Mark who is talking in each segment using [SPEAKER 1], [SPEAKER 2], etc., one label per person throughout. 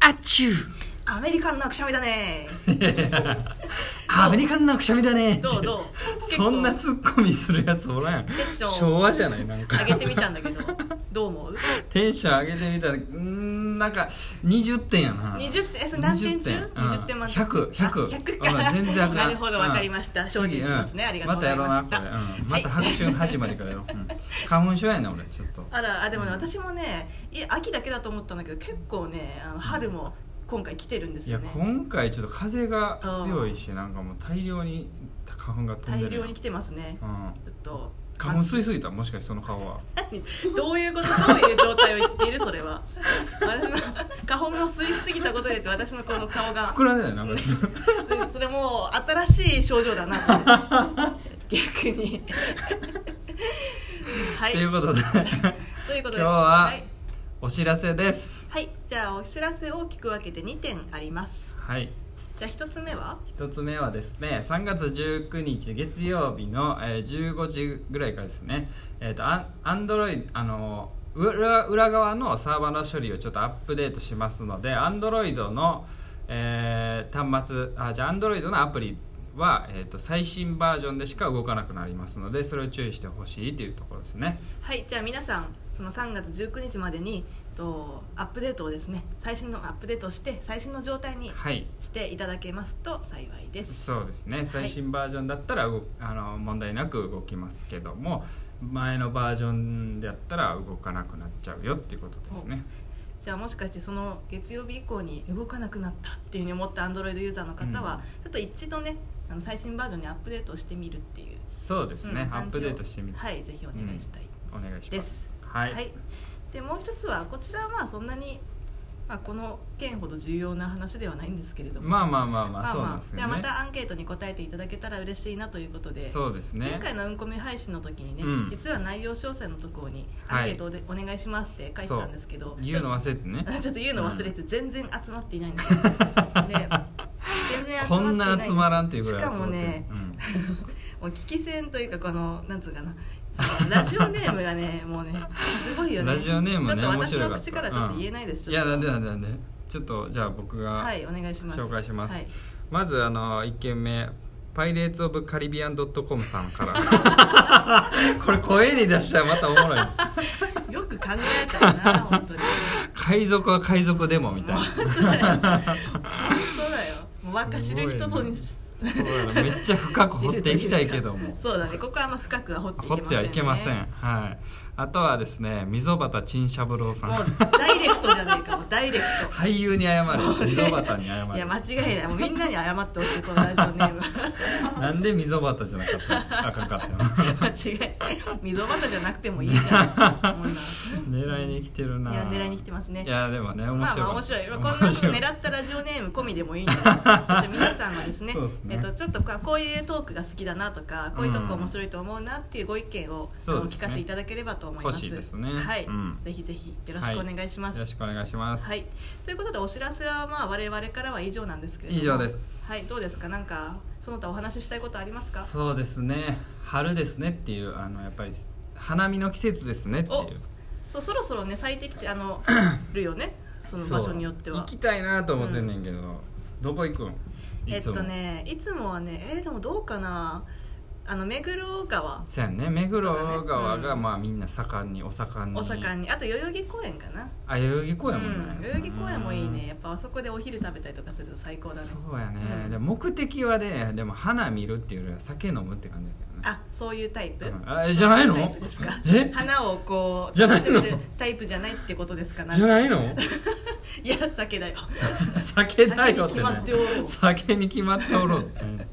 [SPEAKER 1] あっちゅう
[SPEAKER 2] アメリカンなくしゃみだね
[SPEAKER 1] アメリカンなくしゃみだねって
[SPEAKER 2] ど うどう
[SPEAKER 1] そんな
[SPEAKER 2] 結
[SPEAKER 1] ツッコミするやつおらん
[SPEAKER 2] テンション
[SPEAKER 1] 昭和じゃないなんか
[SPEAKER 2] 構上げてみたんだけどどう思う
[SPEAKER 1] テンション上げてみたらうーんなんか20点やな
[SPEAKER 2] 20点えそれ何点中
[SPEAKER 1] うん
[SPEAKER 2] 20点満点
[SPEAKER 1] 100 100
[SPEAKER 2] 100か
[SPEAKER 1] うん全然あかん
[SPEAKER 2] なるほど
[SPEAKER 1] うん
[SPEAKER 2] わかりました精進しますね
[SPEAKER 1] 次
[SPEAKER 2] ありがとうございまし
[SPEAKER 1] また
[SPEAKER 2] た
[SPEAKER 1] やろうなこれ、うん、また拍手の始まりからやろう、うん花粉症やな俺ちょっと
[SPEAKER 2] あらあでもね
[SPEAKER 1] うん
[SPEAKER 2] 私もねい秋だけだと思ったんだけど結構ねあの春も今回来てるんです
[SPEAKER 1] い
[SPEAKER 2] よ
[SPEAKER 1] や
[SPEAKER 2] ね
[SPEAKER 1] 今回ちょっと風が強いしなんかもう大量に花粉が飛ん
[SPEAKER 2] 大
[SPEAKER 1] でるや
[SPEAKER 2] 量
[SPEAKER 1] ん
[SPEAKER 2] に来てますね
[SPEAKER 1] うん
[SPEAKER 2] ちょっと
[SPEAKER 1] 花粉吸いすぎたもしかしてその顔は
[SPEAKER 2] どういうことどういう状態を言っているそれは私の花粉を吸いすぎたことによって私のこの顔が
[SPEAKER 1] 膨らんでないなんかちょっと
[SPEAKER 2] そ れそれもう新しい症状だな それ逆にはい
[SPEAKER 1] ということで
[SPEAKER 2] ということで
[SPEAKER 1] 今日はいお知らせです
[SPEAKER 2] はい、じゃあお知らせ大きく分けて2点あります
[SPEAKER 1] はい
[SPEAKER 2] じゃあ1つ目は
[SPEAKER 1] 一つ目はですね3月19日月曜日の、えー15時ぐらいからですねえっ、とアンアンドロイあの裏裏側のサーバーの処理をちょっとアップデートしますので Android の、えー端末あじゃあ Android のアプリは、えー、と最新バージョンでしか動かなくなりますのでそれを注意してほしいというところですね
[SPEAKER 2] はいじゃあ皆さんその3月19日までにとアップデートをですね最新のアップデートをして最新の状態に
[SPEAKER 1] はい
[SPEAKER 2] していただけますと幸いです
[SPEAKER 1] そうですね最新バージョンだったら動く、あの問題なく動きますけども前のバージョンだったら動かなくなっちゃうよっていうことですね
[SPEAKER 2] じゃあもしかしてその月曜日以降に動かなくなったっていうふうに思ったアンドロイドユーザーの方は、ちょっと一度ねあの最新バージョンにアップデートしてみるっていう
[SPEAKER 1] そうですね、
[SPEAKER 2] うん
[SPEAKER 1] アップデートしてみて、
[SPEAKER 2] はいぜひお願いしたい、
[SPEAKER 1] お願いします
[SPEAKER 2] です
[SPEAKER 1] はい、
[SPEAKER 2] はい、でもう一つはこちらはまあそんなに、まあ、この件ほど重要な話ではないんですけれども、
[SPEAKER 1] まあまあまあまあ、
[SPEAKER 2] まあ
[SPEAKER 1] そう
[SPEAKER 2] ま
[SPEAKER 1] なん
[SPEAKER 2] あ
[SPEAKER 1] ですよ
[SPEAKER 2] で
[SPEAKER 1] ね
[SPEAKER 2] はまたアンケートに答えていただけたら嬉しいなということで
[SPEAKER 1] そうですね
[SPEAKER 2] 前回の「うんこみ」配信の時にね、
[SPEAKER 1] うん
[SPEAKER 2] 実は内容詳細のところに「
[SPEAKER 1] はい
[SPEAKER 2] アンケートをでお願いします」って書いてたんですけど
[SPEAKER 1] 言うの忘れてね
[SPEAKER 2] ちょっと言うの忘れて全然集まっていないんですよ、ね全然集まっていない
[SPEAKER 1] こんな集まらんっていうぐらい
[SPEAKER 2] し かもね
[SPEAKER 1] 集まってる
[SPEAKER 2] もう聞き戦というかこのなんつうかなそのラジオネームがねもうねすごいよね
[SPEAKER 1] ラジオネームね
[SPEAKER 2] ちょっと
[SPEAKER 1] 面
[SPEAKER 2] 私
[SPEAKER 1] 白か
[SPEAKER 2] の
[SPEAKER 1] った
[SPEAKER 2] 口からちょっと言えないです、
[SPEAKER 1] うん、い
[SPEAKER 2] ちょ
[SPEAKER 1] や
[SPEAKER 2] っと
[SPEAKER 1] なんでなんでなんでちょっとじゃあ僕が、
[SPEAKER 2] はいお願いします
[SPEAKER 1] 紹介します
[SPEAKER 2] はい、
[SPEAKER 1] まずあの1件目パイレーツ・オブ・カリビアン・ドット・コムさんから これ声に出したらまたおもろい
[SPEAKER 2] よく考えたよな本当に
[SPEAKER 1] 海賊は海賊でもみたいな
[SPEAKER 2] そうだよ もう若知る人ぞに
[SPEAKER 1] すそうやなめっちゃ深く掘っていきたいけども
[SPEAKER 2] そうだねここはあんま深くは掘っていけ
[SPEAKER 1] 掘
[SPEAKER 2] ません、ね、
[SPEAKER 1] ってはいけません、はいあとはですね溝端陳三郎さん
[SPEAKER 2] もうダイレクトじゃないかもうダイレクト
[SPEAKER 1] 俳優に謝
[SPEAKER 2] もう
[SPEAKER 1] れ
[SPEAKER 2] ね
[SPEAKER 1] 溝端に謝
[SPEAKER 2] いや
[SPEAKER 1] れ
[SPEAKER 2] 間違いないもうみんなに謝ってほしいこのラジオネ ーム
[SPEAKER 1] なんで溝端じゃなか った赤かったの
[SPEAKER 2] 間違いない溝端じゃなくてもいいじゃんもうな
[SPEAKER 1] 狙いに来てるない
[SPEAKER 2] いや狙いに来てますね
[SPEAKER 1] いやでもね面白い、
[SPEAKER 2] まあまあ面 白い、まあ、こんなの狙ったラジオネーム込みでもいいんでじゃあ皆さんはですね
[SPEAKER 1] そうですね
[SPEAKER 2] えっと、ちょっとこうこういうトークが好きだなとかこういうトーク面白いと思うなっていうご意見を、あ
[SPEAKER 1] そう
[SPEAKER 2] の
[SPEAKER 1] です
[SPEAKER 2] お
[SPEAKER 1] ね
[SPEAKER 2] 聞かせいただければと思います
[SPEAKER 1] 欲しいですね
[SPEAKER 2] はい、
[SPEAKER 1] うん
[SPEAKER 2] ぜひぜひよろしくお願いします、
[SPEAKER 1] よろしくお願いします、
[SPEAKER 2] はい、ということでお知らせはまあ我々からは以上なんですけれども
[SPEAKER 1] 以上です
[SPEAKER 2] はい、どうですかなんかその他お話ししたいことありますか
[SPEAKER 1] そうですね春ですねっていうあのやっぱり花見の季節ですねってい
[SPEAKER 2] お
[SPEAKER 1] う
[SPEAKER 2] そうそろそろね咲いてきて あのるよねその
[SPEAKER 1] そう
[SPEAKER 2] 場所によって
[SPEAKER 1] 行
[SPEAKER 2] は
[SPEAKER 1] きたいなと思ってんねんけど、どこ行くん
[SPEAKER 2] え
[SPEAKER 1] い
[SPEAKER 2] っ
[SPEAKER 1] つも
[SPEAKER 2] とねいつもはねえーでもどうかなあの目黒川
[SPEAKER 1] そうやんね目黒
[SPEAKER 2] そうだ
[SPEAKER 1] 川
[SPEAKER 2] ね
[SPEAKER 1] が、
[SPEAKER 2] うん
[SPEAKER 1] まあみんな盛んにお盛んに
[SPEAKER 2] お盛んにあと代々木公園かな
[SPEAKER 1] あ代々木公園もね、
[SPEAKER 2] うん、代々木公園もいいね
[SPEAKER 1] うん
[SPEAKER 2] やっぱあそこでお昼食べたりとかすると最高だね
[SPEAKER 1] そうやね、
[SPEAKER 2] うん
[SPEAKER 1] で目的はねでも花見るっていうよりは酒飲むって感じだ
[SPEAKER 2] あそういうタイプ、
[SPEAKER 1] けどねあえじゃないの
[SPEAKER 2] タイプですか
[SPEAKER 1] え
[SPEAKER 2] 花をこう
[SPEAKER 1] じゃないの
[SPEAKER 2] 楽しめるタイプじゃないってことですか
[SPEAKER 1] じゃ
[SPEAKER 2] い
[SPEAKER 1] ないの
[SPEAKER 2] や酒 だよ
[SPEAKER 1] 酒だよって、ね、
[SPEAKER 2] 酒に決まっておろう
[SPEAKER 1] 酒に決まっておろうってね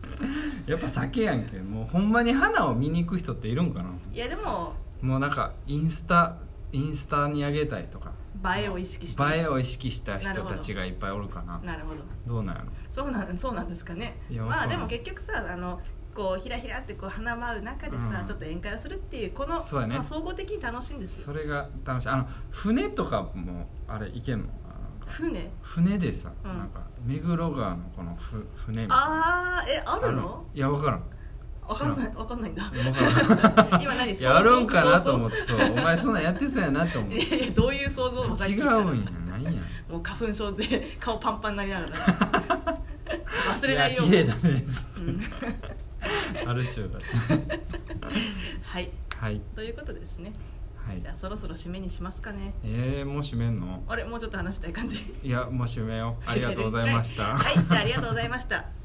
[SPEAKER 1] やっぱ酒やんけもうほんまに花を見に行く人っているんかない
[SPEAKER 2] やでも
[SPEAKER 1] もうなんかインスタインスタにあげたいとか
[SPEAKER 2] 映えを意識して
[SPEAKER 1] 映えを意識した人たちがいっぱいおるかな
[SPEAKER 2] なるほど
[SPEAKER 1] どうなんやろ
[SPEAKER 2] そうなんそうなんですかね
[SPEAKER 1] いや
[SPEAKER 2] ま
[SPEAKER 1] わか
[SPEAKER 2] あ
[SPEAKER 1] んな
[SPEAKER 2] で
[SPEAKER 1] い
[SPEAKER 2] も結局さあのこうひらひらってこう花舞う中でさ、
[SPEAKER 1] うん
[SPEAKER 2] ちょっと宴会をするっていうこの
[SPEAKER 1] そうやね
[SPEAKER 2] まあ、総合的に楽しいんですよ
[SPEAKER 1] それが楽しいあの船とかもあれ行けんのあなんか
[SPEAKER 2] 船
[SPEAKER 1] 船でさ、
[SPEAKER 2] うん
[SPEAKER 1] なんか目黒川のこのふ船みたいな
[SPEAKER 2] あーえあるの
[SPEAKER 1] いや分からん
[SPEAKER 2] わかんないわかんないんだ
[SPEAKER 1] 分からん
[SPEAKER 2] 今何想像
[SPEAKER 1] やるんかなと思っ
[SPEAKER 2] 想
[SPEAKER 1] てそうお前そんなんやってそうやなと思っ
[SPEAKER 2] 像
[SPEAKER 1] て
[SPEAKER 2] いやいやどういう想像もさっき
[SPEAKER 1] 違
[SPEAKER 2] 聞
[SPEAKER 1] う
[SPEAKER 2] いたら
[SPEAKER 1] んやないやん
[SPEAKER 2] もう花粉症で顔パンパンになりな がら忘れないよう
[SPEAKER 1] や綺麗
[SPEAKER 2] に
[SPEAKER 1] だねつっ
[SPEAKER 2] うん
[SPEAKER 1] てアルチューだね
[SPEAKER 2] はい
[SPEAKER 1] はい
[SPEAKER 2] ということでですね、
[SPEAKER 1] はい
[SPEAKER 2] じゃあそろそろ締めにしますかね
[SPEAKER 1] えー、もう閉めんの
[SPEAKER 2] あれもうちょっと話したい感じ
[SPEAKER 1] いやもう閉めようありがとうございました
[SPEAKER 2] はいじゃあありがとうございました